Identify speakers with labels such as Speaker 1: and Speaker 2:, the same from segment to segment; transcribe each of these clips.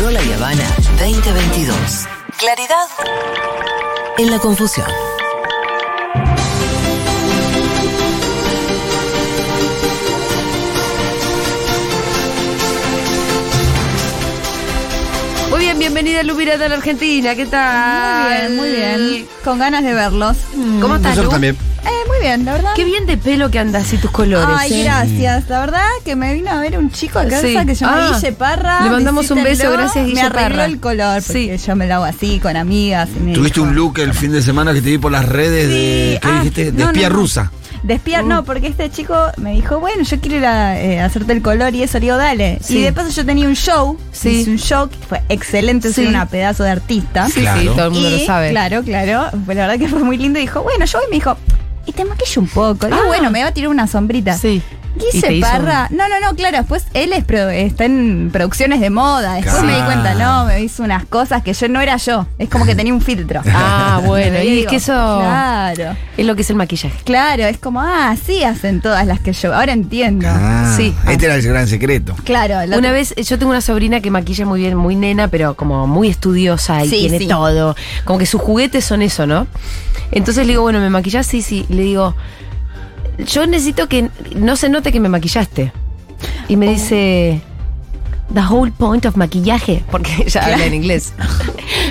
Speaker 1: Lola y Habana 2022. Claridad en la confusión.
Speaker 2: Muy bien, bienvenida Lu Miranda a la Argentina, ¿qué
Speaker 3: Muy
Speaker 2: tal?
Speaker 3: bien, muy bien. Con ganas de verlos.
Speaker 2: ¿Cómo estás, Lu?
Speaker 4: Nosotros también.
Speaker 3: Eh, muy bien, la verdad.
Speaker 2: Qué bien de pelo que andas y tus colores.
Speaker 3: Ay,
Speaker 2: eh.
Speaker 3: gracias. La verdad que me vino a ver un chico acá
Speaker 2: Sí.
Speaker 3: que se llama
Speaker 2: Ah,
Speaker 3: Guille Parra.
Speaker 2: le mandamos un beso,
Speaker 3: Visítenlo.
Speaker 2: gracias, Guille
Speaker 3: Me arregló
Speaker 2: Parra.
Speaker 3: el color, porque yo me lo hago así, con amigas. y me
Speaker 4: Tuviste
Speaker 3: dijo-
Speaker 4: un look el fin de semana que te vi por las redes
Speaker 3: Sí,
Speaker 4: de, ¿qué
Speaker 3: ah,
Speaker 4: dijiste? De
Speaker 3: no,
Speaker 4: espía
Speaker 3: no, no.
Speaker 4: rusa.
Speaker 3: De
Speaker 2: Uh.
Speaker 3: espía, no, porque este chico me dijo, bueno, yo quiero ir a eh, hacerte el color y eso, le digo, dale.
Speaker 2: Sí.
Speaker 3: Y de paso yo tenía un show,
Speaker 2: Sí.
Speaker 3: hice un show, que fue excelente, soy
Speaker 2: Sí.
Speaker 3: una pedazo de artista.
Speaker 2: Sí, sí,
Speaker 4: Claro.
Speaker 2: todo el mundo
Speaker 3: Y,
Speaker 2: lo sabe.
Speaker 3: Claro, claro. Pues la verdad que fue muy lindo. Y dijo, bueno, yo voy y me dijo, y te maquillo un poco. Y
Speaker 2: Ah.
Speaker 3: bueno, me va a tirar una sombrita.
Speaker 2: Sí. Y te
Speaker 3: Guille
Speaker 2: hizo
Speaker 3: Parra. No, no, no, claro. Después él es pro- está en producciones de moda. Después
Speaker 4: Claro.
Speaker 3: me di cuenta, no, me hizo unas cosas que yo no era yo. Es como que tenía un filtro.
Speaker 2: Ah, bueno,
Speaker 3: Y
Speaker 2: y es
Speaker 3: digo,
Speaker 2: que eso
Speaker 3: Claro.
Speaker 2: es lo que es el maquillaje.
Speaker 3: Claro, es como, ah, sí hacen todas las que yo. Ahora entiendo.
Speaker 4: Ah,
Speaker 2: Sí.
Speaker 4: Este era el gran secreto.
Speaker 3: Claro, la-
Speaker 2: Una vez, eh, yo tengo una sobrina que maquilla muy bien, muy nena, pero como muy estudiosa y
Speaker 3: Sí,
Speaker 2: tiene
Speaker 3: sí.
Speaker 2: todo. Como que sus juguetes son eso, ¿no? Entonces le digo, bueno, ¿me maquillás? Sí, sí. Le digo, yo necesito que no se note que me maquillaste. Y
Speaker 3: Oh.
Speaker 2: me dice, the whole point of maquillaje, porque ella habla en inglés.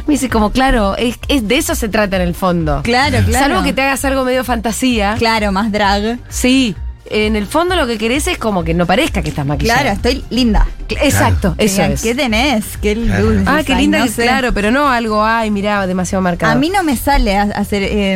Speaker 2: me dice, como, claro, es, es- de eso se trata en el fondo.
Speaker 3: Claro, claro.
Speaker 2: Salvo que te hagas algo medio fantasía.
Speaker 3: Claro, más drag.
Speaker 2: Sí. En el fondo lo que querés es como que no parezca que estás maquillada.
Speaker 3: Claro, estoy linda.
Speaker 2: Cl- Exacto, eso
Speaker 3: Digan,
Speaker 2: es.
Speaker 3: ¿Qué tenés? Qué
Speaker 4: Claro.
Speaker 3: dulce.
Speaker 2: Ah, qué
Speaker 3: Ay,
Speaker 2: linda
Speaker 3: no
Speaker 2: que
Speaker 3: sé.
Speaker 2: claro, pero no algo, ay, mirá, demasiado marcado.
Speaker 3: A mí no me sale a- hacer eh,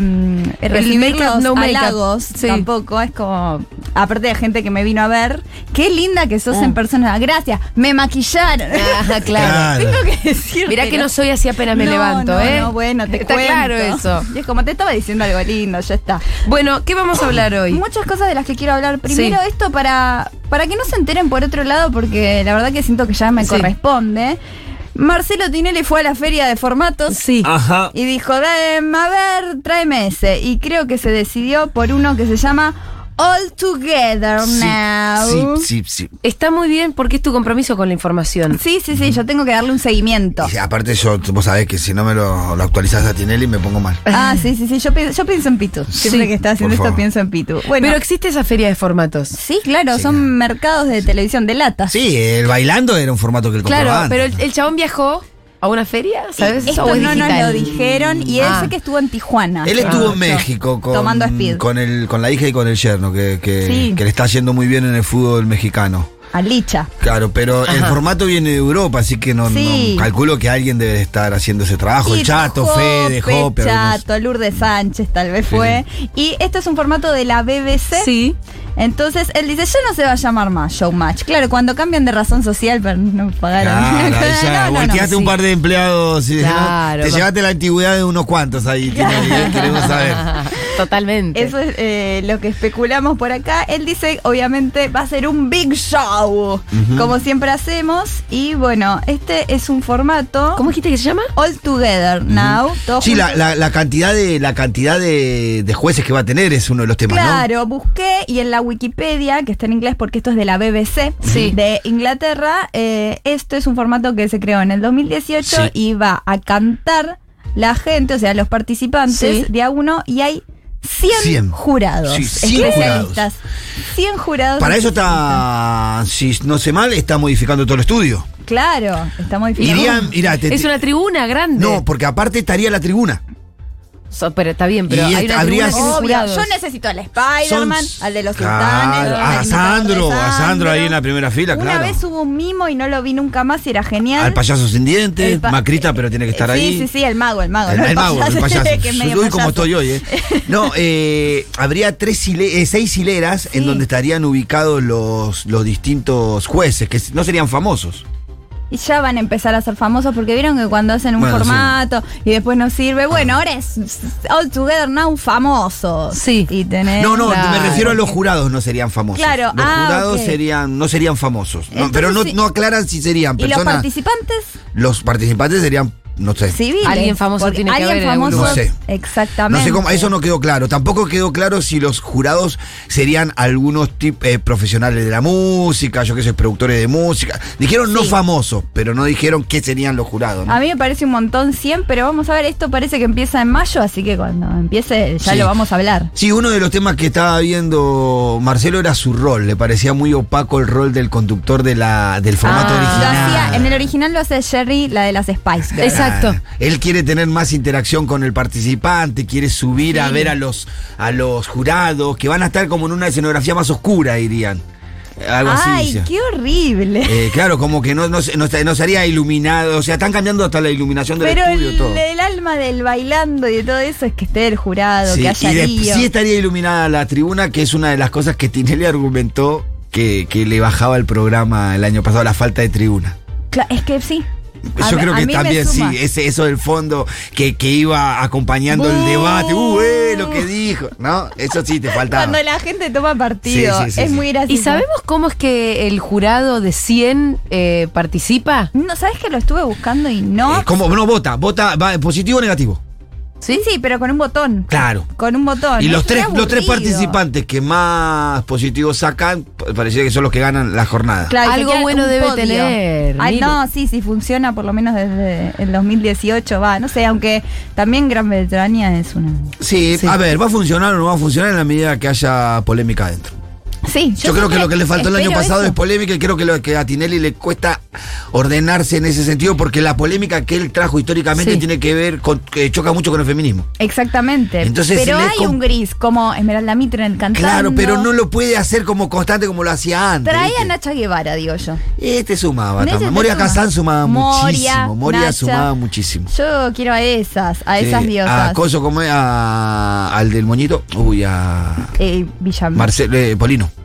Speaker 3: recibir
Speaker 2: make-up,
Speaker 3: los
Speaker 2: no make-up.
Speaker 3: halagos
Speaker 2: Sí.
Speaker 3: tampoco. Es como, aparte de gente que me vino a ver, qué linda que sos en persona. Gracias, me maquillaron.
Speaker 2: Ah, claro.
Speaker 4: Claro.
Speaker 3: Tengo que decir.
Speaker 2: Mirá que no soy así apenas me
Speaker 3: No,
Speaker 2: levanto,
Speaker 3: no,
Speaker 2: ¿eh?
Speaker 3: No, bueno, te
Speaker 2: Está
Speaker 3: cuento.
Speaker 2: claro eso.
Speaker 3: Y es como te estaba diciendo algo lindo, ya está.
Speaker 2: Bueno, ¿qué vamos a hablar hoy?
Speaker 3: Muchas cosas de las que quiero hablar. Primero,
Speaker 2: Sí.
Speaker 3: esto para, para que no se enteren por otro lado, porque la verdad que siento que ya me
Speaker 2: Sí.
Speaker 3: corresponde. Marcelo Tinelli fue a la feria de formatos.
Speaker 2: Sí.
Speaker 4: Ajá.
Speaker 3: Y dijo, "Dame, a ver, tráeme ese. Y creo que se decidió por uno que se llama All Together Now.
Speaker 4: Sí, sí, sí.
Speaker 2: Está muy bien porque es tu compromiso con la información.
Speaker 3: sí, sí, sí, yo tengo que darle un seguimiento.
Speaker 4: Y aparte yo, vos sabés que si no me lo, lo actualizás a Tinelli me pongo mal.
Speaker 3: Ah, sí, sí, sí, yo, pi- yo pienso en Pitu. Siempre
Speaker 2: Sí,
Speaker 3: que está haciendo esto
Speaker 4: por favor.
Speaker 3: pienso en Pitu. Bueno,
Speaker 2: Pero existe esa feria de formatos.
Speaker 3: sí, claro, son mercados de televisión de lata.
Speaker 4: Sí, el bailando era un formato que él compraba
Speaker 2: Claro,
Speaker 4: antes.
Speaker 2: pero el, el chabón viajó a una feria,
Speaker 3: Y
Speaker 2: ¿sabes?
Speaker 3: Esto
Speaker 2: ¿O es
Speaker 3: no nos lo
Speaker 2: digital?
Speaker 3: dijeron y él
Speaker 2: Ah.
Speaker 3: sé que estuvo en Tijuana.
Speaker 4: Él
Speaker 3: hace
Speaker 4: estuvo
Speaker 3: mucho,
Speaker 4: en México con,
Speaker 3: tomando speed.
Speaker 4: con, el, con la hija y con el yerno, que, que,
Speaker 3: Sí.
Speaker 4: que le está yendo muy bien en el fútbol mexicano.
Speaker 3: A Licha.
Speaker 4: Claro, pero el
Speaker 2: Ajá.
Speaker 4: formato viene de Europa, así que no,
Speaker 3: Sí.
Speaker 4: no- calculo que alguien debe estar haciendo ese trabajo.
Speaker 3: Y
Speaker 4: el Chato, Fede,
Speaker 3: Jope,
Speaker 4: Jope, algunos-
Speaker 3: Chato, Lourdes Sánchez tal vez fue. Y esto es un formato de la BBC.
Speaker 2: Sí.
Speaker 3: Entonces él dice, ya no se va a llamar más Showmatch. Claro, cuando cambian de razón social, pero no pagaron.
Speaker 4: Claro, ahí
Speaker 3: No,
Speaker 4: ya
Speaker 3: no, no,
Speaker 4: volteaste
Speaker 3: sí.
Speaker 4: un par de empleados y
Speaker 2: Claro.
Speaker 4: te llevaste la antigüedad de unos cuantos ahí, Tinelli, ¿eh? queremos saber.
Speaker 2: Totalmente.
Speaker 3: Eso es eh, lo que especulamos por acá. Él dice, obviamente, va a ser un big show, como siempre hacemos. Y bueno, este es un formato
Speaker 2: ¿Cómo dijiste que se llama?
Speaker 3: all together now. todo
Speaker 4: Sí, la,
Speaker 3: junto.
Speaker 4: la- la cantidad de la cantidad de, de jueces que va a tener es uno de los temas,
Speaker 3: Claro, busqué y en la Wikipedia, que está en inglés porque esto es de la BBC
Speaker 2: Sí.
Speaker 3: de Inglaterra, eh, esto es un formato que se creó en el 2018
Speaker 4: Sí.
Speaker 3: y va a cantar la gente, o sea, los participantes
Speaker 2: Sí.
Speaker 3: de a uno y hay 100,
Speaker 4: Cien.
Speaker 3: jurados
Speaker 4: Sí, cien
Speaker 3: especialistas. 100
Speaker 4: ¿no?
Speaker 3: jurados.
Speaker 4: Para eso está, si no sé mal, está modificando todo el estudio.
Speaker 3: Claro, está muy difícil.
Speaker 4: Irían, mirá, te-
Speaker 2: Es una tribuna grande.
Speaker 4: no, porque aparte estaría la tribuna.
Speaker 2: So- pero está bien, pero
Speaker 4: Y
Speaker 2: hay
Speaker 4: esta-
Speaker 2: una
Speaker 4: habría-
Speaker 2: tribuna sin
Speaker 3: Obvio,
Speaker 2: jurados.
Speaker 3: yo necesito al Spider-Man,
Speaker 4: Son-
Speaker 3: al de los sultanes.
Speaker 4: Claro,
Speaker 3: al
Speaker 4: a Sandro, a Sandro ahí en la primera fila,
Speaker 3: Una
Speaker 4: claro.
Speaker 3: vez hubo un mimo y no lo vi nunca más y era genial.
Speaker 4: Al payaso sin dientes,
Speaker 3: El pa-
Speaker 4: Macrita, pero tiene que estar
Speaker 3: sí,
Speaker 4: ahí.
Speaker 3: Sí, sí, sí, el mago, el mago.
Speaker 4: El,
Speaker 3: no
Speaker 4: el mago, el payaso.
Speaker 3: que es medio
Speaker 4: Uy, como
Speaker 3: payaso.
Speaker 4: estoy hoy, ¿eh? No, eh, habría tres hile- eh, seis hileras
Speaker 3: Sí.
Speaker 4: en donde estarían ubicados los, los distintos jueces, que no serían famosos.
Speaker 3: Y ya van a empezar a ser famosos porque vieron que cuando hacen un
Speaker 4: Bueno, sí.
Speaker 3: formato y después no sirve. Bueno, ahora es All Together Now famoso.
Speaker 2: Sí.
Speaker 3: Y tenés-
Speaker 4: No, no, me
Speaker 2: claro.
Speaker 4: refiero a los jurados, no serían famosos.
Speaker 3: Claro,
Speaker 4: los
Speaker 3: ah,
Speaker 4: jurados
Speaker 3: ok.
Speaker 4: serían, no serían famosos. No,
Speaker 3: Entonces,
Speaker 4: pero no,
Speaker 3: sí.
Speaker 4: no aclaran si serían
Speaker 3: ¿Y los
Speaker 4: personas.
Speaker 3: participantes?
Speaker 4: los participantes serían no sé.
Speaker 3: civiles.
Speaker 2: Alguien famoso
Speaker 3: porque
Speaker 2: tiene que
Speaker 3: alguien
Speaker 2: haber en algún
Speaker 3: famoso-
Speaker 4: lugar. No sé.
Speaker 3: Exactamente.
Speaker 4: No sé cómo, eso no quedó claro. Tampoco quedó claro si los jurados serían algunos tip- eh, profesionales de la música, yo qué sé, productores de música. Dijeron no
Speaker 3: Sí.
Speaker 4: famosos, pero no dijeron qué serían los jurados. ¿no?
Speaker 3: A mí me parece un montón 100, pero vamos a ver, esto parece que empieza en mayo, así que cuando empiece ya
Speaker 4: Sí.
Speaker 3: lo vamos a hablar.
Speaker 4: Sí, uno de los temas que estaba viendo Marcelo era su rol. Le parecía muy opaco el rol del conductor de la, del formato
Speaker 2: Ah.
Speaker 3: Lo
Speaker 4: original.
Speaker 3: hacía, en el original lo hace Jerry, la de las Spice Girls.
Speaker 2: Exacto.
Speaker 4: Él quiere tener más interacción con el participante, quiere subir a ver a los, a los jurados, que van a estar como en una escenografía más oscura, dirían. Algo así.
Speaker 3: Ay,
Speaker 4: dice.
Speaker 3: qué horrible.
Speaker 4: Eh, claro, como que no, no, se- no, se- no sería iluminado, o sea, están cambiando hasta la iluminación del
Speaker 3: Pero
Speaker 4: estudio
Speaker 3: el,
Speaker 4: todo.
Speaker 3: el alma del bailando y de todo eso es que esté el jurado,
Speaker 4: Sí,
Speaker 3: que
Speaker 4: y
Speaker 3: haya
Speaker 4: de-
Speaker 3: lío.
Speaker 4: sí estaría iluminada la tribuna, que es una de las cosas que Tinelli argumentó que, que le bajaba el programa el año pasado, la falta de tribuna.
Speaker 3: Cla- es que sí. A
Speaker 4: Yo
Speaker 3: mí-
Speaker 4: creo
Speaker 3: a
Speaker 4: que
Speaker 3: mí me
Speaker 4: también sí,
Speaker 3: suma.
Speaker 4: ese, eso del fondo que, que iba acompañando el
Speaker 3: Bú.
Speaker 4: debate, uh, eh, lo que dijo, ¿no? Eso sí te faltaba.
Speaker 3: Cuando la gente toma partido,
Speaker 4: Sí, sí, sí,
Speaker 3: es
Speaker 4: sí.
Speaker 3: muy gracioso.
Speaker 2: ¿Y sabemos cómo es que el jurado de 100 eh, participa?
Speaker 3: No, ¿Sabes que lo estuve buscando y no?
Speaker 4: Eh, ¿cómo? No, vota, vota, va, positivo o negativo.
Speaker 3: Sí, sí, pero con un botón.
Speaker 4: Claro.
Speaker 3: Con un botón.
Speaker 4: Y
Speaker 3: Es
Speaker 4: los
Speaker 3: muy
Speaker 4: tres, los tres
Speaker 3: aburrido.
Speaker 4: participantes que más positivos sacan, pa- pareciera que son los que ganan la jornada.
Speaker 3: Claro, y se
Speaker 2: Algo
Speaker 3: queda
Speaker 2: bueno
Speaker 3: un
Speaker 2: debe tener,
Speaker 3: Ay,
Speaker 2: Nilu.
Speaker 3: no, sí, sí, funciona por lo menos desde el 2018, va, no sé, aunque también Gran Bretaña es una...
Speaker 4: Sí, a ver, ¿va a funcionar o no va a funcionar en la medida que haya polémica adentro?
Speaker 3: Sí,
Speaker 4: Yo, creo que lo que le faltó el año
Speaker 3: espero
Speaker 4: pasado
Speaker 3: eso.
Speaker 4: es polémica y creo que, lo que a Tinelli le cuesta ordenarse en ese sentido porque la polémica que él trajo históricamente
Speaker 2: Sí.
Speaker 4: tiene que ver con, que choca mucho con el feminismo.
Speaker 3: Exactamente.
Speaker 4: Entonces
Speaker 3: pero
Speaker 4: se le
Speaker 3: hay
Speaker 4: com-
Speaker 3: un gris, como Esmeralda Mitre en el cantante.
Speaker 4: Claro, pero no lo puede hacer como constante como lo hacía antes.
Speaker 3: Trae a
Speaker 4: ¿viste?
Speaker 3: Nacha Guevara, digo yo.
Speaker 4: Este sumaba
Speaker 3: Ese te
Speaker 4: también. Moria
Speaker 3: suma.
Speaker 4: Kazan sumaba
Speaker 3: Moria,
Speaker 4: muchísimo. Moria
Speaker 3: Nacha.
Speaker 4: sumaba muchísimo.
Speaker 3: Yo quiero a esas, a
Speaker 4: Sí,
Speaker 3: esas diosas.
Speaker 4: A Coso, como es, a- al del moñito. Uy, a
Speaker 3: eh, Villamil.
Speaker 4: Marcelo, eh, Polino. Polino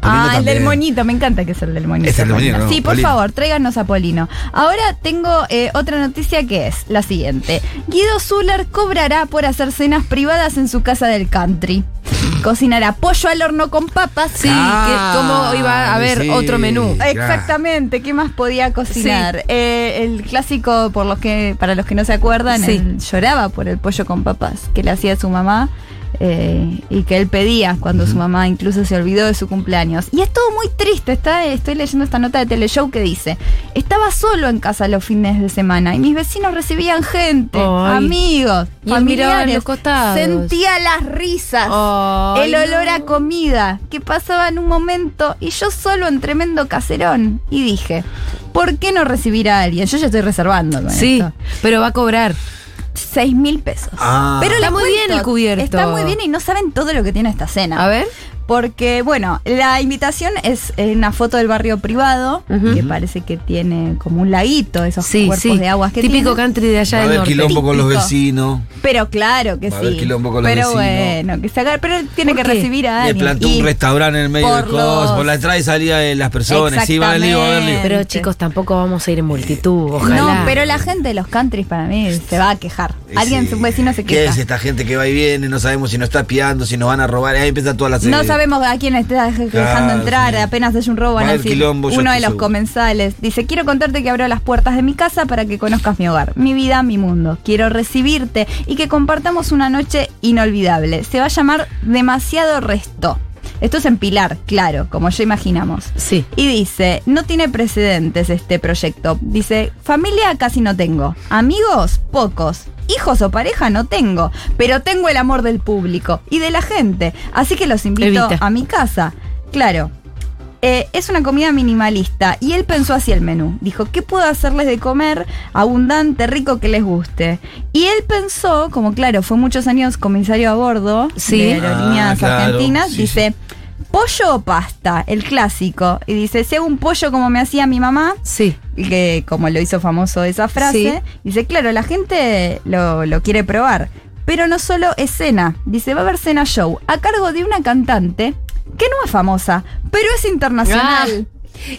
Speaker 3: Ah, el
Speaker 4: también.
Speaker 3: del moñito, me encanta que es el del moñito.
Speaker 4: Es el del moñito, ¿no?
Speaker 3: Sí, por
Speaker 4: Polino.
Speaker 3: favor, tráiganos a Polino. Ahora tengo eh, otra noticia que es la siguiente. Guido Zuller cobrará por hacer cenas privadas en su casa del country. Cocinará pollo al horno con papas. Ah,
Speaker 2: Sí, que cómo iba a haber
Speaker 4: sí.
Speaker 2: otro menú.
Speaker 4: claro.
Speaker 3: Exactamente, ¿qué más podía cocinar? Eh, el clásico, por los que, para los que no se acuerdan,
Speaker 2: Sí.
Speaker 3: él lloraba por el pollo con papas que le hacía su mamá eh, y que él pedía cuando su mamá incluso se olvidó de su cumpleaños. Y es todo muy triste, está, estoy leyendo esta nota de Teleshow que dice, estaba solo en casa los fines de semana y mis vecinos recibían gente,
Speaker 2: Ay.
Speaker 3: amigos,
Speaker 2: Y él miraba en
Speaker 3: familiares,
Speaker 2: los costados.
Speaker 3: sentía las risas.
Speaker 2: Ay,
Speaker 3: El olor a
Speaker 2: no.
Speaker 3: comida que pasaba en un momento y yo solo en tremendo caserón. Y dije, ¿por qué no recibir a alguien? Yo ya estoy reservando con
Speaker 2: Sí,
Speaker 3: esto.
Speaker 2: pero va a cobrar.
Speaker 3: Seis mil pesos.
Speaker 4: Ah.
Speaker 3: Pero
Speaker 2: Está
Speaker 3: les
Speaker 2: muy bien el cubierto.
Speaker 3: Está muy bien y no saben todo lo que tiene esta cena.
Speaker 2: A ver.
Speaker 3: Porque, bueno, la invitación es eh, una foto del barrio privado,
Speaker 2: Ujú.
Speaker 3: que parece que tiene como un laguito, esos
Speaker 2: Sí,
Speaker 3: cuerpos
Speaker 2: sí.
Speaker 3: de aguas que
Speaker 2: Típico
Speaker 3: tiene.
Speaker 2: country de allá
Speaker 4: Va a
Speaker 2: del
Speaker 4: haber
Speaker 2: norte.
Speaker 4: quilombo con los
Speaker 3: Típico.
Speaker 4: vecinos.
Speaker 3: Pero claro que
Speaker 4: Va a
Speaker 3: sí.
Speaker 4: haber quilombo con los
Speaker 3: pero
Speaker 4: vecinos.
Speaker 3: bueno, que se haga, pero él tiene que
Speaker 2: ¿Por qué?
Speaker 3: recibir a
Speaker 4: Le
Speaker 3: alguien.
Speaker 4: plantó
Speaker 3: Y-
Speaker 4: un restaurante en el medio
Speaker 3: por
Speaker 4: del coso,
Speaker 3: los-
Speaker 4: por la entrada y salida de las personas. Sí, va a haber lío, va a haber lío.
Speaker 2: Pero chicos, tampoco vamos a ir en multitud, ojalá.
Speaker 3: No, pero la gente de los countries para mí se va a quejar. Alguien,
Speaker 4: Ese-
Speaker 3: un vecino se
Speaker 4: ¿Qué
Speaker 3: queja.
Speaker 4: es esta gente que va y viene? No sabemos si nos está piando, si nos van a robar. Ahí empieza toda la serie.
Speaker 3: No sabemos a quién está dej- dejando
Speaker 4: Claro,
Speaker 3: entrar,
Speaker 4: sí.
Speaker 3: apenas hay un robo,
Speaker 4: Va
Speaker 3: van a
Speaker 4: el
Speaker 3: decir,
Speaker 4: quilombo, yo
Speaker 3: uno de
Speaker 4: estoy
Speaker 3: los
Speaker 4: seguro.
Speaker 3: comensales. Dice, quiero contarte que abro las puertas de mi casa para que conozcas mi hogar, mi vida, mi mundo. Quiero recibirte y que compartamos una noche inolvidable. Se va a llamar Demasiado Resto. Esto es en Pilar, claro, como ya imaginamos.
Speaker 2: Sí.
Speaker 3: Y dice, no tiene precedentes este proyecto. Dice, familia casi no tengo, amigos pocos, hijos o pareja no tengo, pero tengo el amor del público y de la gente, así que los invito
Speaker 2: Evita.
Speaker 3: a mi casa. Claro. eh, es una comida minimalista y él pensó así el menú. Dijo, ¿qué puedo hacerles de comer abundante, rico, que les guste? Y él pensó, como claro, fue muchos años comisario a bordo
Speaker 2: Sí.
Speaker 3: de Aerolíneas
Speaker 4: Ah, claro,
Speaker 3: Argentinas,
Speaker 4: sí,
Speaker 3: dice, pollo o pasta, el clásico. Y dice, si hago un pollo como me hacía mi mamá,
Speaker 2: Sí.
Speaker 3: y que como lo hizo famoso esa frase, dice, claro, la gente lo, lo quiere probar. Pero no solo es cena, dice, va a haber cena show a cargo de una cantante que no es famosa, pero es
Speaker 2: Ah.
Speaker 3: internacional.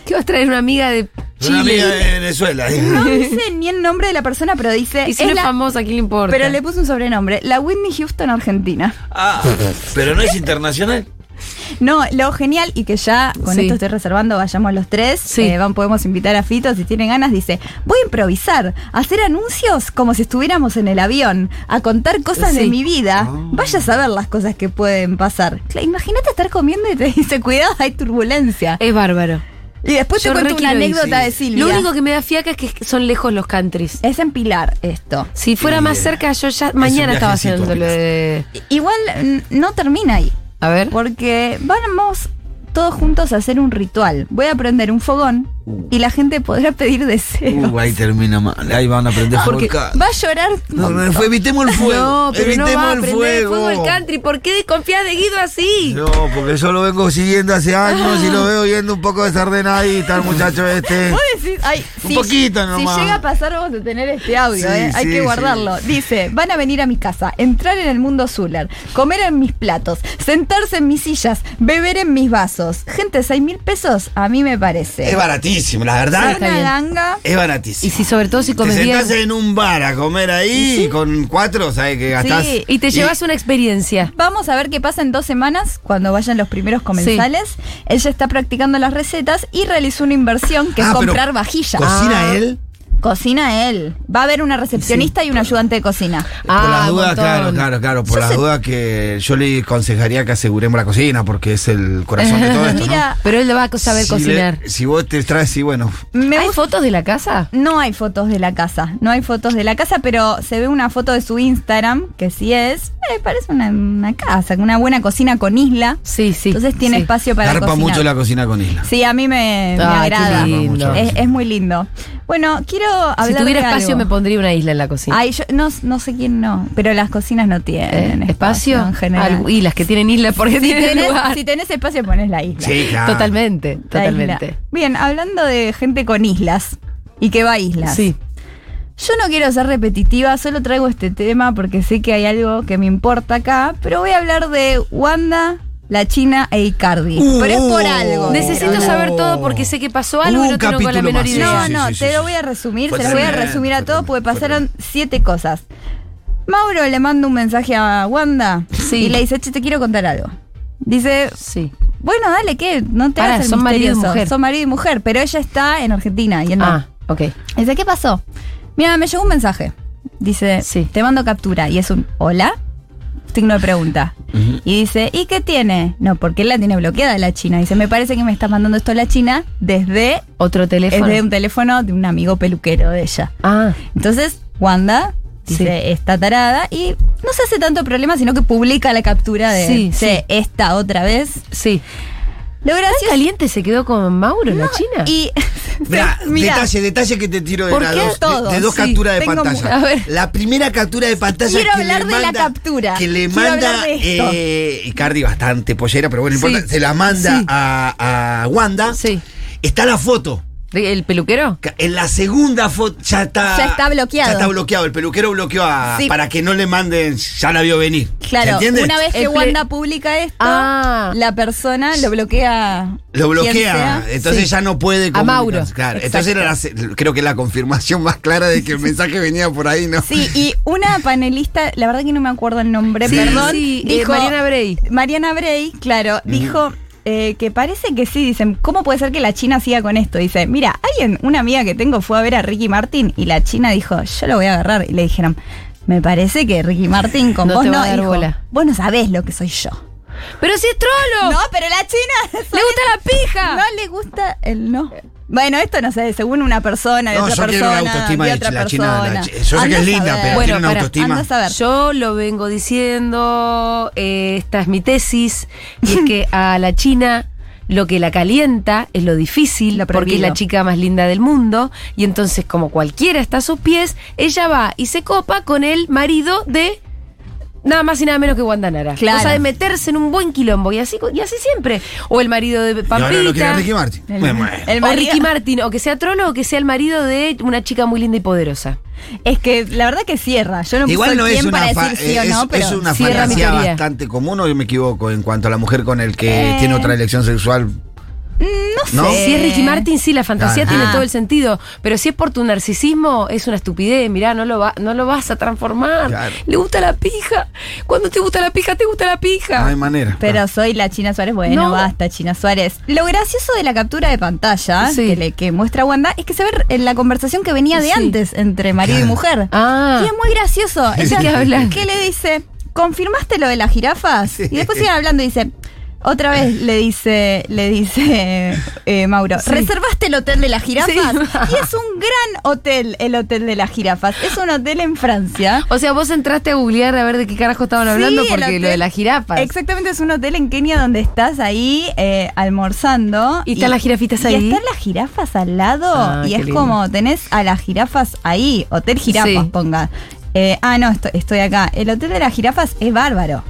Speaker 2: ¿Qué vas a traer una amiga de
Speaker 4: Una amiga
Speaker 2: Chile?
Speaker 4: de Venezuela.
Speaker 3: No dice ni el nombre de la persona, pero dice,
Speaker 2: Y si
Speaker 3: es
Speaker 2: no es
Speaker 3: la-
Speaker 2: famosa, ¿a quién le importa?
Speaker 3: pero le puso un sobrenombre, la Whitney Houston Argentina.
Speaker 4: Ah, pero no es internacional.
Speaker 3: No, lo genial y que ya con
Speaker 2: Sí.
Speaker 3: esto estoy reservando, vayamos los tres.
Speaker 2: Sí.
Speaker 3: Eh, van, podemos invitar a Fito si tienen ganas. Dice: Voy a improvisar, a hacer anuncios como si estuviéramos en el avión, a contar cosas de
Speaker 2: Sí.
Speaker 3: mi vida. Vaya a saber las cosas que pueden pasar. Cla- Imagínate estar comiendo y te dice: Cuidado, hay turbulencia.
Speaker 2: Es bárbaro.
Speaker 3: Y después
Speaker 2: Eh,
Speaker 3: te
Speaker 2: Yo
Speaker 3: cuento
Speaker 2: re
Speaker 3: una
Speaker 2: quiero ir,
Speaker 3: anécdota
Speaker 4: sí.
Speaker 3: de Silvia.
Speaker 2: Lo único que me da fiaca es que son lejos los countries.
Speaker 3: es en Pilar esto.
Speaker 2: Si fuera más cerca, yo ya mañana estaba
Speaker 4: viajecito.
Speaker 2: haciéndolo de...
Speaker 3: Igual n- no termina ahí.
Speaker 2: A ver.
Speaker 3: Porque vamos todos juntos a hacer un ritual. Voy a prender un fogón y la gente podrá pedir deseos.
Speaker 4: Uh, ahí termina mal. Ahí van a prender fuego
Speaker 2: Porque
Speaker 4: el ca-
Speaker 3: Ah, Va a llorar.
Speaker 4: No, no, fue- evitemos el fuego.
Speaker 2: No, pero no
Speaker 4: evitemos
Speaker 2: va a
Speaker 4: el
Speaker 2: prender
Speaker 4: fuego.
Speaker 2: fuego el country. ¿Por qué desconfías de Guido así?
Speaker 4: No, porque yo lo vengo siguiendo hace años y lo veo yendo un poco desordenadito al muchacho este.
Speaker 3: Vos decís, ay,
Speaker 4: Un
Speaker 3: si-
Speaker 4: poquito
Speaker 3: si
Speaker 4: nomás.
Speaker 3: llega a pasar vamos a tener este audio,
Speaker 4: Sí,
Speaker 3: eh. hay
Speaker 4: sí,
Speaker 3: que
Speaker 4: sí.
Speaker 3: guardarlo. Dice, van a venir a mi casa, entrar en el mundo Zuller, comer en mis platos, sentarse en mis sillas, beber en mis vasos. Gente, seis mil pesos, a mí me parece.
Speaker 4: Es baratísimo, la
Speaker 3: Es
Speaker 4: verdad.
Speaker 3: una ganga.
Speaker 4: Es baratísimo.
Speaker 2: Y si sobre todo si
Speaker 4: te
Speaker 2: comes bien...
Speaker 4: sentás en un bar a comer ahí y con cuatro, ¿sabes que gastás?
Speaker 3: Sí,
Speaker 2: Y te llevas una experiencia.
Speaker 3: Vamos a ver qué pasa en dos semanas cuando vayan los primeros comensales. Ella está practicando las recetas y realizó una inversión que
Speaker 4: Ah,
Speaker 3: es
Speaker 4: pero
Speaker 3: comprar vajilla.
Speaker 4: ¿Cocina
Speaker 3: Ah.
Speaker 4: él?
Speaker 3: Cocina él. Va a haber una recepcionista y un ayudante de cocina.
Speaker 4: por las dudas,
Speaker 2: Ah, montón.
Speaker 4: claro, claro, claro. Por
Speaker 3: Ah, Yo
Speaker 4: las
Speaker 3: sé-
Speaker 4: dudas que yo le aconsejaría que aseguremos la cocina porque es el corazón de todo esto,
Speaker 3: Mira,
Speaker 2: Pero él va a
Speaker 4: ¿no?
Speaker 2: saber
Speaker 4: Si
Speaker 2: cocinar.
Speaker 4: le- si vos te traes, sí, bueno.
Speaker 3: Me
Speaker 2: ¿Hay
Speaker 3: gusta-
Speaker 2: fotos de la casa?
Speaker 3: No hay fotos de la casa, no hay fotos de la casa, pero se ve una foto de su Instagram, que sí es, eh, parece una, una casa, con una buena cocina con isla.
Speaker 2: Sí, sí.
Speaker 3: Entonces tiene
Speaker 2: sí.
Speaker 3: espacio para
Speaker 4: Garpa
Speaker 3: cocinar.
Speaker 4: mucho la cocina con Isla.
Speaker 3: Sí, a mí me, me
Speaker 2: Ah, qué
Speaker 3: agrada.
Speaker 2: lindo.
Speaker 3: Es, es muy lindo. Bueno, quiero hablar
Speaker 2: Si tuviera
Speaker 3: de
Speaker 2: espacio
Speaker 3: algo.
Speaker 2: me pondría una isla en la cocina.
Speaker 3: Ay, yo no, no sé quién no, pero las cocinas no
Speaker 2: ¿Eh?
Speaker 3: tienen
Speaker 2: ¿Espacio?
Speaker 3: en general.
Speaker 2: Algu- y las que tienen isla porque
Speaker 3: si,
Speaker 2: tienen
Speaker 3: tenés,
Speaker 2: lugar.
Speaker 3: si tenés espacio pones la isla.
Speaker 4: Sí, claro.
Speaker 2: Totalmente,
Speaker 3: La isla.
Speaker 2: totalmente.
Speaker 3: Bien, hablando de gente con islas y que va a islas.
Speaker 2: Sí.
Speaker 3: Yo no quiero ser repetitiva, solo traigo este tema porque sé que hay algo que me importa acá, pero voy a hablar de Wanda, la China e Icardi.
Speaker 4: Uh,
Speaker 3: pero es por
Speaker 4: uh,
Speaker 3: algo.
Speaker 2: Necesito
Speaker 3: Pero no.
Speaker 2: saber todo porque sé que pasó algo
Speaker 4: Hubo
Speaker 2: y
Speaker 4: un
Speaker 2: no tengo la
Speaker 4: capítulo
Speaker 2: menor
Speaker 4: más, sí,
Speaker 2: idea.
Speaker 3: No,
Speaker 4: sí,
Speaker 3: no,
Speaker 4: sí,
Speaker 3: te
Speaker 4: sí,
Speaker 3: lo
Speaker 4: sí.
Speaker 3: voy a resumir,
Speaker 4: Fue
Speaker 3: se los voy a
Speaker 4: tremendo,
Speaker 3: resumir
Speaker 4: fue
Speaker 3: a todos porque
Speaker 4: tremendo, fue
Speaker 3: pasaron siete cosas. Mauro le manda un mensaje a Wanda
Speaker 2: Sí.
Speaker 3: y le dice, che, te quiero contar algo. Dice,
Speaker 2: Sí.
Speaker 3: bueno, dale, ¿qué? No te
Speaker 2: Pará,
Speaker 3: hagas el
Speaker 2: son marido y
Speaker 3: misterioso.
Speaker 2: mujer.
Speaker 3: Son marido y mujer, pero ella está en Argentina y él no.
Speaker 2: Ah, ok.
Speaker 3: Dice, ¿qué pasó? Mira, me llegó un mensaje. Dice,
Speaker 2: Sí.
Speaker 3: te mando captura. Y es un hola, signo de pregunta. Y dice, ¿y qué tiene? No, porque él la tiene bloqueada la China. Dice, me parece que me está mandando esto la China desde,
Speaker 2: Otro teléfono.
Speaker 3: desde un teléfono de un amigo peluquero de ella.
Speaker 2: Ah,
Speaker 3: Entonces, Wanda dice,
Speaker 2: Sí.
Speaker 3: está tarada y no se hace tanto problema, sino que publica la captura de
Speaker 2: Sí,
Speaker 3: "Che,
Speaker 2: sí.
Speaker 3: esta otra vez.
Speaker 2: sí.
Speaker 3: Lo
Speaker 2: ¿Tan
Speaker 3: gracioso.
Speaker 2: caliente se quedó con Mauro en la China?
Speaker 3: Y
Speaker 4: Mirá,
Speaker 3: Mirá.
Speaker 4: detalle, detalle que te tiro de
Speaker 3: ¿Por
Speaker 4: la
Speaker 3: qué
Speaker 4: dos,
Speaker 3: todos?
Speaker 4: de, de dos
Speaker 3: Sí,
Speaker 4: capturas de
Speaker 3: tengo mu-
Speaker 4: pantalla.
Speaker 3: a ver.
Speaker 4: La primera captura de pantalla
Speaker 3: Quiero
Speaker 4: que
Speaker 3: hablar
Speaker 4: le
Speaker 3: de la
Speaker 4: manda,
Speaker 3: captura.
Speaker 4: que le
Speaker 3: Quiero
Speaker 4: manda
Speaker 3: hablar de esto.
Speaker 4: eh, Icardi bastante pollera, pero bueno, no
Speaker 2: Sí.
Speaker 4: importa, se la manda
Speaker 2: Sí.
Speaker 4: a, a Wanda.
Speaker 2: Sí.
Speaker 4: Está la foto.
Speaker 2: ¿El peluquero?
Speaker 4: Ca- En la segunda foto ya está.
Speaker 3: Ya está bloqueado.
Speaker 4: Ya está bloqueado. El peluquero bloqueó a,
Speaker 3: Sí.
Speaker 4: para que no le manden. Ya la vio venir. ¿Se
Speaker 3: Claro,
Speaker 4: entiende?
Speaker 3: una vez que
Speaker 2: El ple-
Speaker 3: Wanda publica esto,
Speaker 2: Ah.
Speaker 3: la persona lo bloquea.
Speaker 4: Lo
Speaker 3: quien
Speaker 4: bloquea,
Speaker 3: sea.
Speaker 4: entonces
Speaker 2: Sí.
Speaker 4: ya no puede
Speaker 2: A Mauro.
Speaker 4: comunicarse. Claro, Entonces era la se- creo que la confirmación más clara de que el mensaje venía por ahí, ¿no?
Speaker 3: Sí, y una panelista, la verdad que no me acuerdo el nombre,
Speaker 2: Sí,
Speaker 3: perdón,
Speaker 2: sí, eh,
Speaker 3: dijo
Speaker 2: Mariana Bray.
Speaker 3: Mariana Bray, claro, dijo eh, que parece que sí, dicen, ¿cómo puede ser que la China siga con esto? Dice, mira, alguien, una amiga que tengo fue a ver a Ricky Martin y la China dijo, yo lo voy a agarrar. Y le dijeron, me parece que Ricky Martin con
Speaker 2: No
Speaker 3: vos
Speaker 2: te va
Speaker 3: no,
Speaker 2: a dar
Speaker 3: dijo,
Speaker 2: bola.
Speaker 3: vos no sabés lo que soy yo.
Speaker 2: ¡Pero si es trolo!
Speaker 3: No, pero la China...
Speaker 2: ¡Le gusta la pija!
Speaker 3: No le gusta el no. Bueno, esto no sé, según una persona, de
Speaker 4: No,
Speaker 3: otra
Speaker 4: yo quiero
Speaker 3: persona,
Speaker 4: una autoestima
Speaker 3: de
Speaker 4: de
Speaker 3: otra
Speaker 4: la
Speaker 3: persona.
Speaker 4: china, la chi- yo sé que
Speaker 3: Andá
Speaker 4: es
Speaker 3: a
Speaker 4: linda,
Speaker 3: saber.
Speaker 4: pero
Speaker 2: Bueno,
Speaker 4: tiene una
Speaker 2: pará,
Speaker 4: autoestima.
Speaker 3: andá a saber.
Speaker 2: Yo lo vengo diciendo, eh, esta es mi tesis, y es que a la China lo que la calienta es lo difícil,
Speaker 3: Lo
Speaker 2: porque es
Speaker 3: prohibido.
Speaker 2: la chica más linda del mundo, y entonces como cualquiera está a sus pies, ella va y se copa con el marido de... Nada más y nada menos que Guandanara.
Speaker 3: Claro.
Speaker 2: O sea, de meterse en un buen quilombo y así, y así siempre. O el marido de
Speaker 4: Y
Speaker 2: Pampita.
Speaker 4: ahora lo quiere Ricky Martin.
Speaker 3: El-
Speaker 4: Me muero.
Speaker 3: el
Speaker 2: o
Speaker 3: marido-
Speaker 2: Ricky Martin, o que sea trono o que sea el marido de una chica muy linda y poderosa.
Speaker 3: Es que la verdad que cierra. Yo no
Speaker 4: Igual
Speaker 3: puse
Speaker 4: no
Speaker 3: quién
Speaker 4: es una,
Speaker 3: para
Speaker 4: fa- eh,
Speaker 3: decir sí o
Speaker 4: es-
Speaker 3: no,
Speaker 4: es
Speaker 3: pero
Speaker 4: una
Speaker 2: cierra mi
Speaker 4: fantasía
Speaker 2: teoría.
Speaker 4: bastante común o yo me equivoco en cuanto a la mujer con el que
Speaker 3: Eh.
Speaker 4: tiene otra elección sexual
Speaker 3: No sé. ¿No?
Speaker 2: Si es Ricky Martin, sí, la fantasía ah, tiene ah. todo el sentido. Pero si es por tu narcisismo, es una estupidez. Mirá, no lo, va, no lo vas a transformar. Claro. Le gusta la pija. Cuando te gusta la pija, te gusta la pija.
Speaker 4: No hay manera.
Speaker 3: Pero claro. soy la China Suárez. Bueno, no. basta, China Suárez. Lo gracioso de la captura de pantalla sí. que, le, que muestra Wanda es que se ve en la conversación que venía de sí. antes entre marido claro. y mujer.
Speaker 2: Ah.
Speaker 3: Y es muy gracioso. Ella, ¿Qué, ¿Qué le dice? ¿Confirmaste lo de las jirafas? Sí. Y después siguen hablando y dice. Otra vez le dice, le dice eh, Mauro, sí. ¿reservaste el hotel de las jirafas? Sí. Y es un gran hotel, el hotel de las jirafas. Es un hotel en Francia.
Speaker 2: O sea, vos entraste a googlear a ver de qué carajo estaban hablando sí, porque hotel, lo de las jirafas.
Speaker 3: Exactamente, es un hotel en Kenia donde estás ahí eh, almorzando.
Speaker 2: Y están y, las jirafitas ahí.
Speaker 3: Y están las jirafas al lado. Ah, y es lindo. como tenés a las jirafas ahí, hotel jirafas, ponga. Eh, ah, no, estoy, estoy acá. El hotel de las jirafas es bárbaro.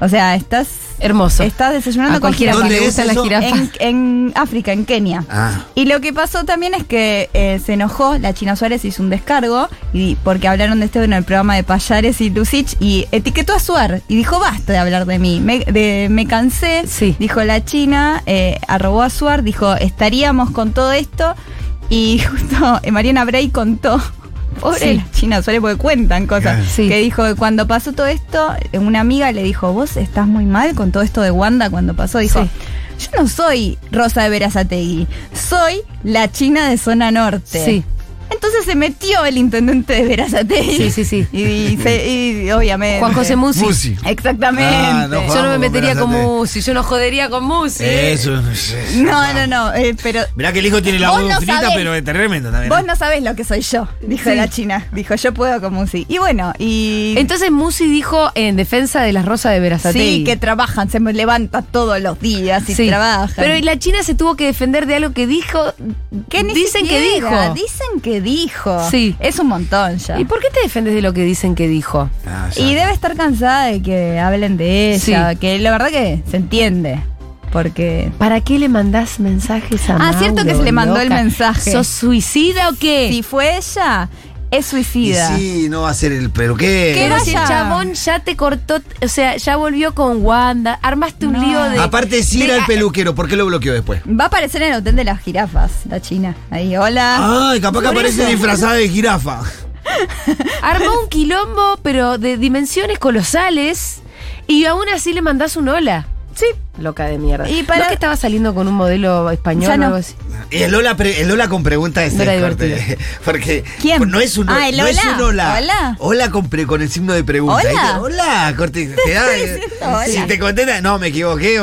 Speaker 3: O sea, estás.
Speaker 2: Hermoso.
Speaker 3: Estás desayunando con jirafas.
Speaker 2: le gustan las jirafas?
Speaker 3: En, en, África, en Kenia.
Speaker 4: Ah.
Speaker 3: Y lo que pasó también es que eh, se enojó, la China Suárez hizo un descargo, y porque hablaron de esto en el programa de Payares y Lucich, y etiquetó a Suar, y dijo basta de hablar de mí. Me, de, me cansé,
Speaker 2: sí.
Speaker 3: dijo la China, eh, arrobó a Suar, dijo estaríamos con todo esto, y justo eh, Mariana Bray contó Pobre sí. la China Suárez, porque cuentan cosas. Sí. Que dijo que cuando pasó todo esto, eh, una amiga le dijo, vos estás muy mal con todo esto de Wanda cuando pasó. Dijo, sí. yo no soy Rosa de Verazategui, soy la China de Zona Norte.
Speaker 2: Sí.
Speaker 3: Entonces se metió el intendente de Verazategui.
Speaker 2: Sí, sí, sí.
Speaker 3: Y, y, se, y, obviamente.
Speaker 2: Juan José Musi. Musi.
Speaker 3: Exactamente. Ah,
Speaker 2: no yo no me metería con, con Musi, yo no jodería con Musi.
Speaker 4: Eso, no sé.
Speaker 3: No, no, no. Eh, pero
Speaker 4: Mirá que el hijo tiene la voz no frita, sabés. pero es tremendo también. ¿eh?
Speaker 3: Vos no sabés lo que soy yo, dijo sí. la China. Dijo, yo puedo con Musi. Y bueno, y.
Speaker 2: Entonces Musi dijo en defensa de las rosas de Verazategui.
Speaker 3: Sí, que trabajan, se me levanta todos los días y sí. trabajan.
Speaker 2: Pero la China se tuvo que defender de algo que dijo.
Speaker 3: Que ni
Speaker 2: dicen
Speaker 3: siquiera,
Speaker 2: que dijo.
Speaker 3: Dicen que dijo.
Speaker 2: Sí.
Speaker 3: Es un montón ya.
Speaker 2: ¿Y por qué te defendes de lo que dicen que dijo?
Speaker 3: Ah, y debe estar cansada de que hablen de ella, sí. que la verdad que se entiende. Porque.
Speaker 2: ¿Para qué le mandás mensajes a
Speaker 3: Ah,
Speaker 2: Mauro,
Speaker 3: cierto que se le mandó loca. el mensaje.
Speaker 2: ¿Sos suicida o qué?
Speaker 3: Si fue ella, es suicida.
Speaker 4: Y sí, no va a ser el pero qué.
Speaker 2: Que si el chabón ya te cortó, o sea, ya volvió con Wanda, armaste un no. lío de.
Speaker 3: Ah.
Speaker 4: Aparte, si sí era el peluquero, ¿por qué lo bloqueó después?
Speaker 3: Va a aparecer en el hotel de las jirafas, la China. Ahí, hola.
Speaker 4: Ay, capaz que aparece eso? disfrazada de jirafa.
Speaker 2: Armó un quilombo, pero de dimensiones colosales, y aún así le mandás un hola.
Speaker 3: Sí.
Speaker 2: Loca de mierda. ¿Y para ¿No que estaba saliendo con un modelo español
Speaker 4: no. o algo así? El Lola, pre, el Lola con pregunta es corte, Porque
Speaker 3: ¿Quién?
Speaker 4: no es un,
Speaker 3: ah, el
Speaker 4: no
Speaker 3: hola.
Speaker 4: es un hola.
Speaker 3: Hola.
Speaker 4: hola con, pre, con el signo de pregunta.
Speaker 3: Hola.
Speaker 4: Te, hola, corte. Te da, hola. Si te contenta, no, me equivoqué.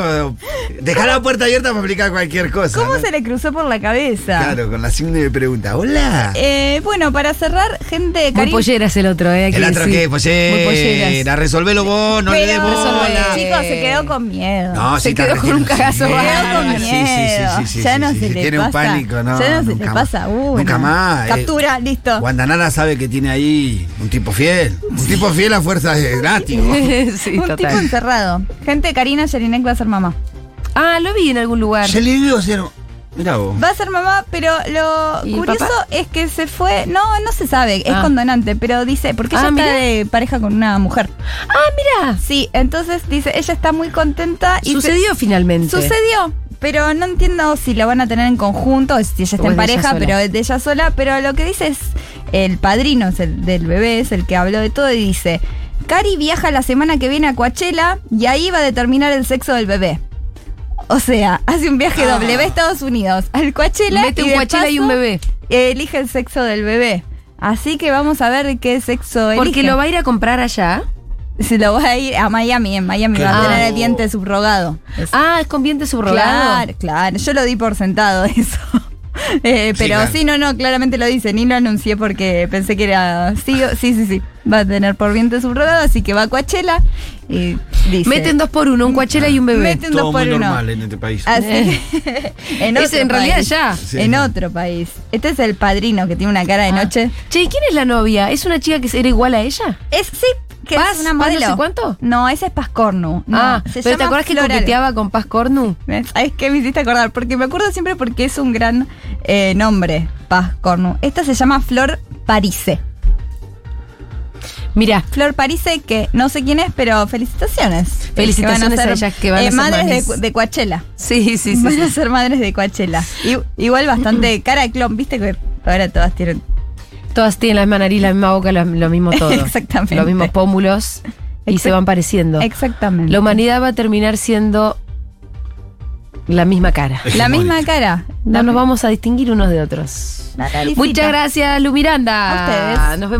Speaker 4: Dejar la puerta abierta para aplicar cualquier cosa.
Speaker 3: ¿Cómo
Speaker 4: ¿no?
Speaker 3: se le cruzó por la cabeza?
Speaker 4: Claro, con la signo de pregunta. Hola.
Speaker 3: Eh, bueno, para cerrar, gente.
Speaker 2: Muy polleras el otro, ¿eh? Aquí
Speaker 4: el otro que pollera. Resolvelo vos, no
Speaker 3: Pero,
Speaker 4: le des
Speaker 3: bola. Chicos, se quedó con miedo.
Speaker 4: No,
Speaker 3: se quedó con un cagazo con miedo. Ya no se le
Speaker 4: Tiene
Speaker 3: pasa.
Speaker 4: un pánico, ¿no?
Speaker 3: Ya no se le pasa uno.
Speaker 4: Nunca más.
Speaker 3: Captura, eh, listo.
Speaker 4: Guandanara sabe que tiene ahí un tipo fiel. Un tipo fiel a fuerza de gratis.
Speaker 3: sí, un total. tipo encerrado. Gente, Karina Yelinek va a ser mamá.
Speaker 2: Ah, lo vi en algún lugar.
Speaker 4: Yelinek va a ser... Mirá vos.
Speaker 3: Va a ser mamá, pero lo curioso papá? es que se fue. No, no se sabe, es ah. condonante, pero dice, porque ella ah, está mirá. de pareja con una mujer.
Speaker 2: Ah, mira.
Speaker 3: Sí, entonces dice, ella está muy contenta y.
Speaker 2: Sucedió finalmente.
Speaker 3: Sucedió. Pero no entiendo si la van a tener en conjunto, si ella está o en pareja, pero de ella sola. Pero lo que dice es, el padrino es el del bebé, es el que habló de todo y dice, Cari viaja la semana que viene a Coachella y ahí va a determinar el sexo del bebé. O sea, hace un viaje ah. doble, va a Estados Unidos, al Coachella.
Speaker 2: Mete un
Speaker 3: y
Speaker 2: Coachella paso, y un bebé.
Speaker 3: Elige el sexo del bebé. Así que vamos a ver qué sexo
Speaker 2: Porque
Speaker 3: elige.
Speaker 2: lo va a ir a comprar allá.
Speaker 3: Se lo va a ir a Miami, en Miami claro. va a tener el diente subrogado.
Speaker 2: Es, ah, es con diente subrogado.
Speaker 3: Claro, claro. Yo lo di por sentado eso. eh, pero sí, claro. sí, no, no, claramente lo dice, ni lo anuncié porque pensé que era sí, sí, sí, sí. Va a tener por diente subrogado, así que va a Coachella y dice,
Speaker 2: meten dos por uno, un Coachella y un bebé.
Speaker 3: Meten
Speaker 4: Todo
Speaker 3: dos por
Speaker 4: muy
Speaker 3: uno. Ah,
Speaker 4: normal en este país.
Speaker 3: Así, Eh. en otro
Speaker 2: es en realidad
Speaker 3: país.
Speaker 2: ya.
Speaker 3: Sí, en no. otro país. Este es el padrino que tiene una cara de
Speaker 2: Ah.
Speaker 3: noche.
Speaker 2: Che, ¿y quién es la novia? ¿Es una chica que era igual a ella?
Speaker 3: Es, sí, que
Speaker 2: Paz,
Speaker 3: es una modelo.
Speaker 2: Paz no sé cuánto?
Speaker 3: No, ese es Paz Cornu. No,
Speaker 2: ah, pero ¿te acuerdas que
Speaker 3: Floral.
Speaker 2: coqueteaba con Paz Cornu?
Speaker 3: Es que me hiciste acordar, porque me acuerdo siempre porque es un gran eh, nombre, Paz Cornu. Esta se llama Flor Parise.
Speaker 2: Mira.
Speaker 3: Flor Parise, que no sé quién es, pero felicitaciones. Que
Speaker 2: Felicitaciones
Speaker 3: van eh,
Speaker 2: a ellas que van a ser
Speaker 3: madres de
Speaker 2: mamis.
Speaker 3: Cu- de Coachella.
Speaker 2: Sí, sí, sí.
Speaker 3: Van a
Speaker 2: sí.
Speaker 3: ser madres de Coachella. I- Igual bastante cara de clon, viste que ahora todas tienen.
Speaker 2: Todas tienen la misma nariz, la misma boca, la- lo mismo todo.
Speaker 3: Exactamente.
Speaker 2: Los mismos pómulos y
Speaker 3: Exact-
Speaker 2: se van pareciendo.
Speaker 3: Exactamente.
Speaker 2: La humanidad va a terminar siendo la misma cara.
Speaker 3: La misma cara.
Speaker 2: No nos vamos a distinguir unos de otros.
Speaker 3: La naricita.
Speaker 2: Muchas gracias, Lu Miranda.
Speaker 3: A ustedes.
Speaker 2: Nos vemos.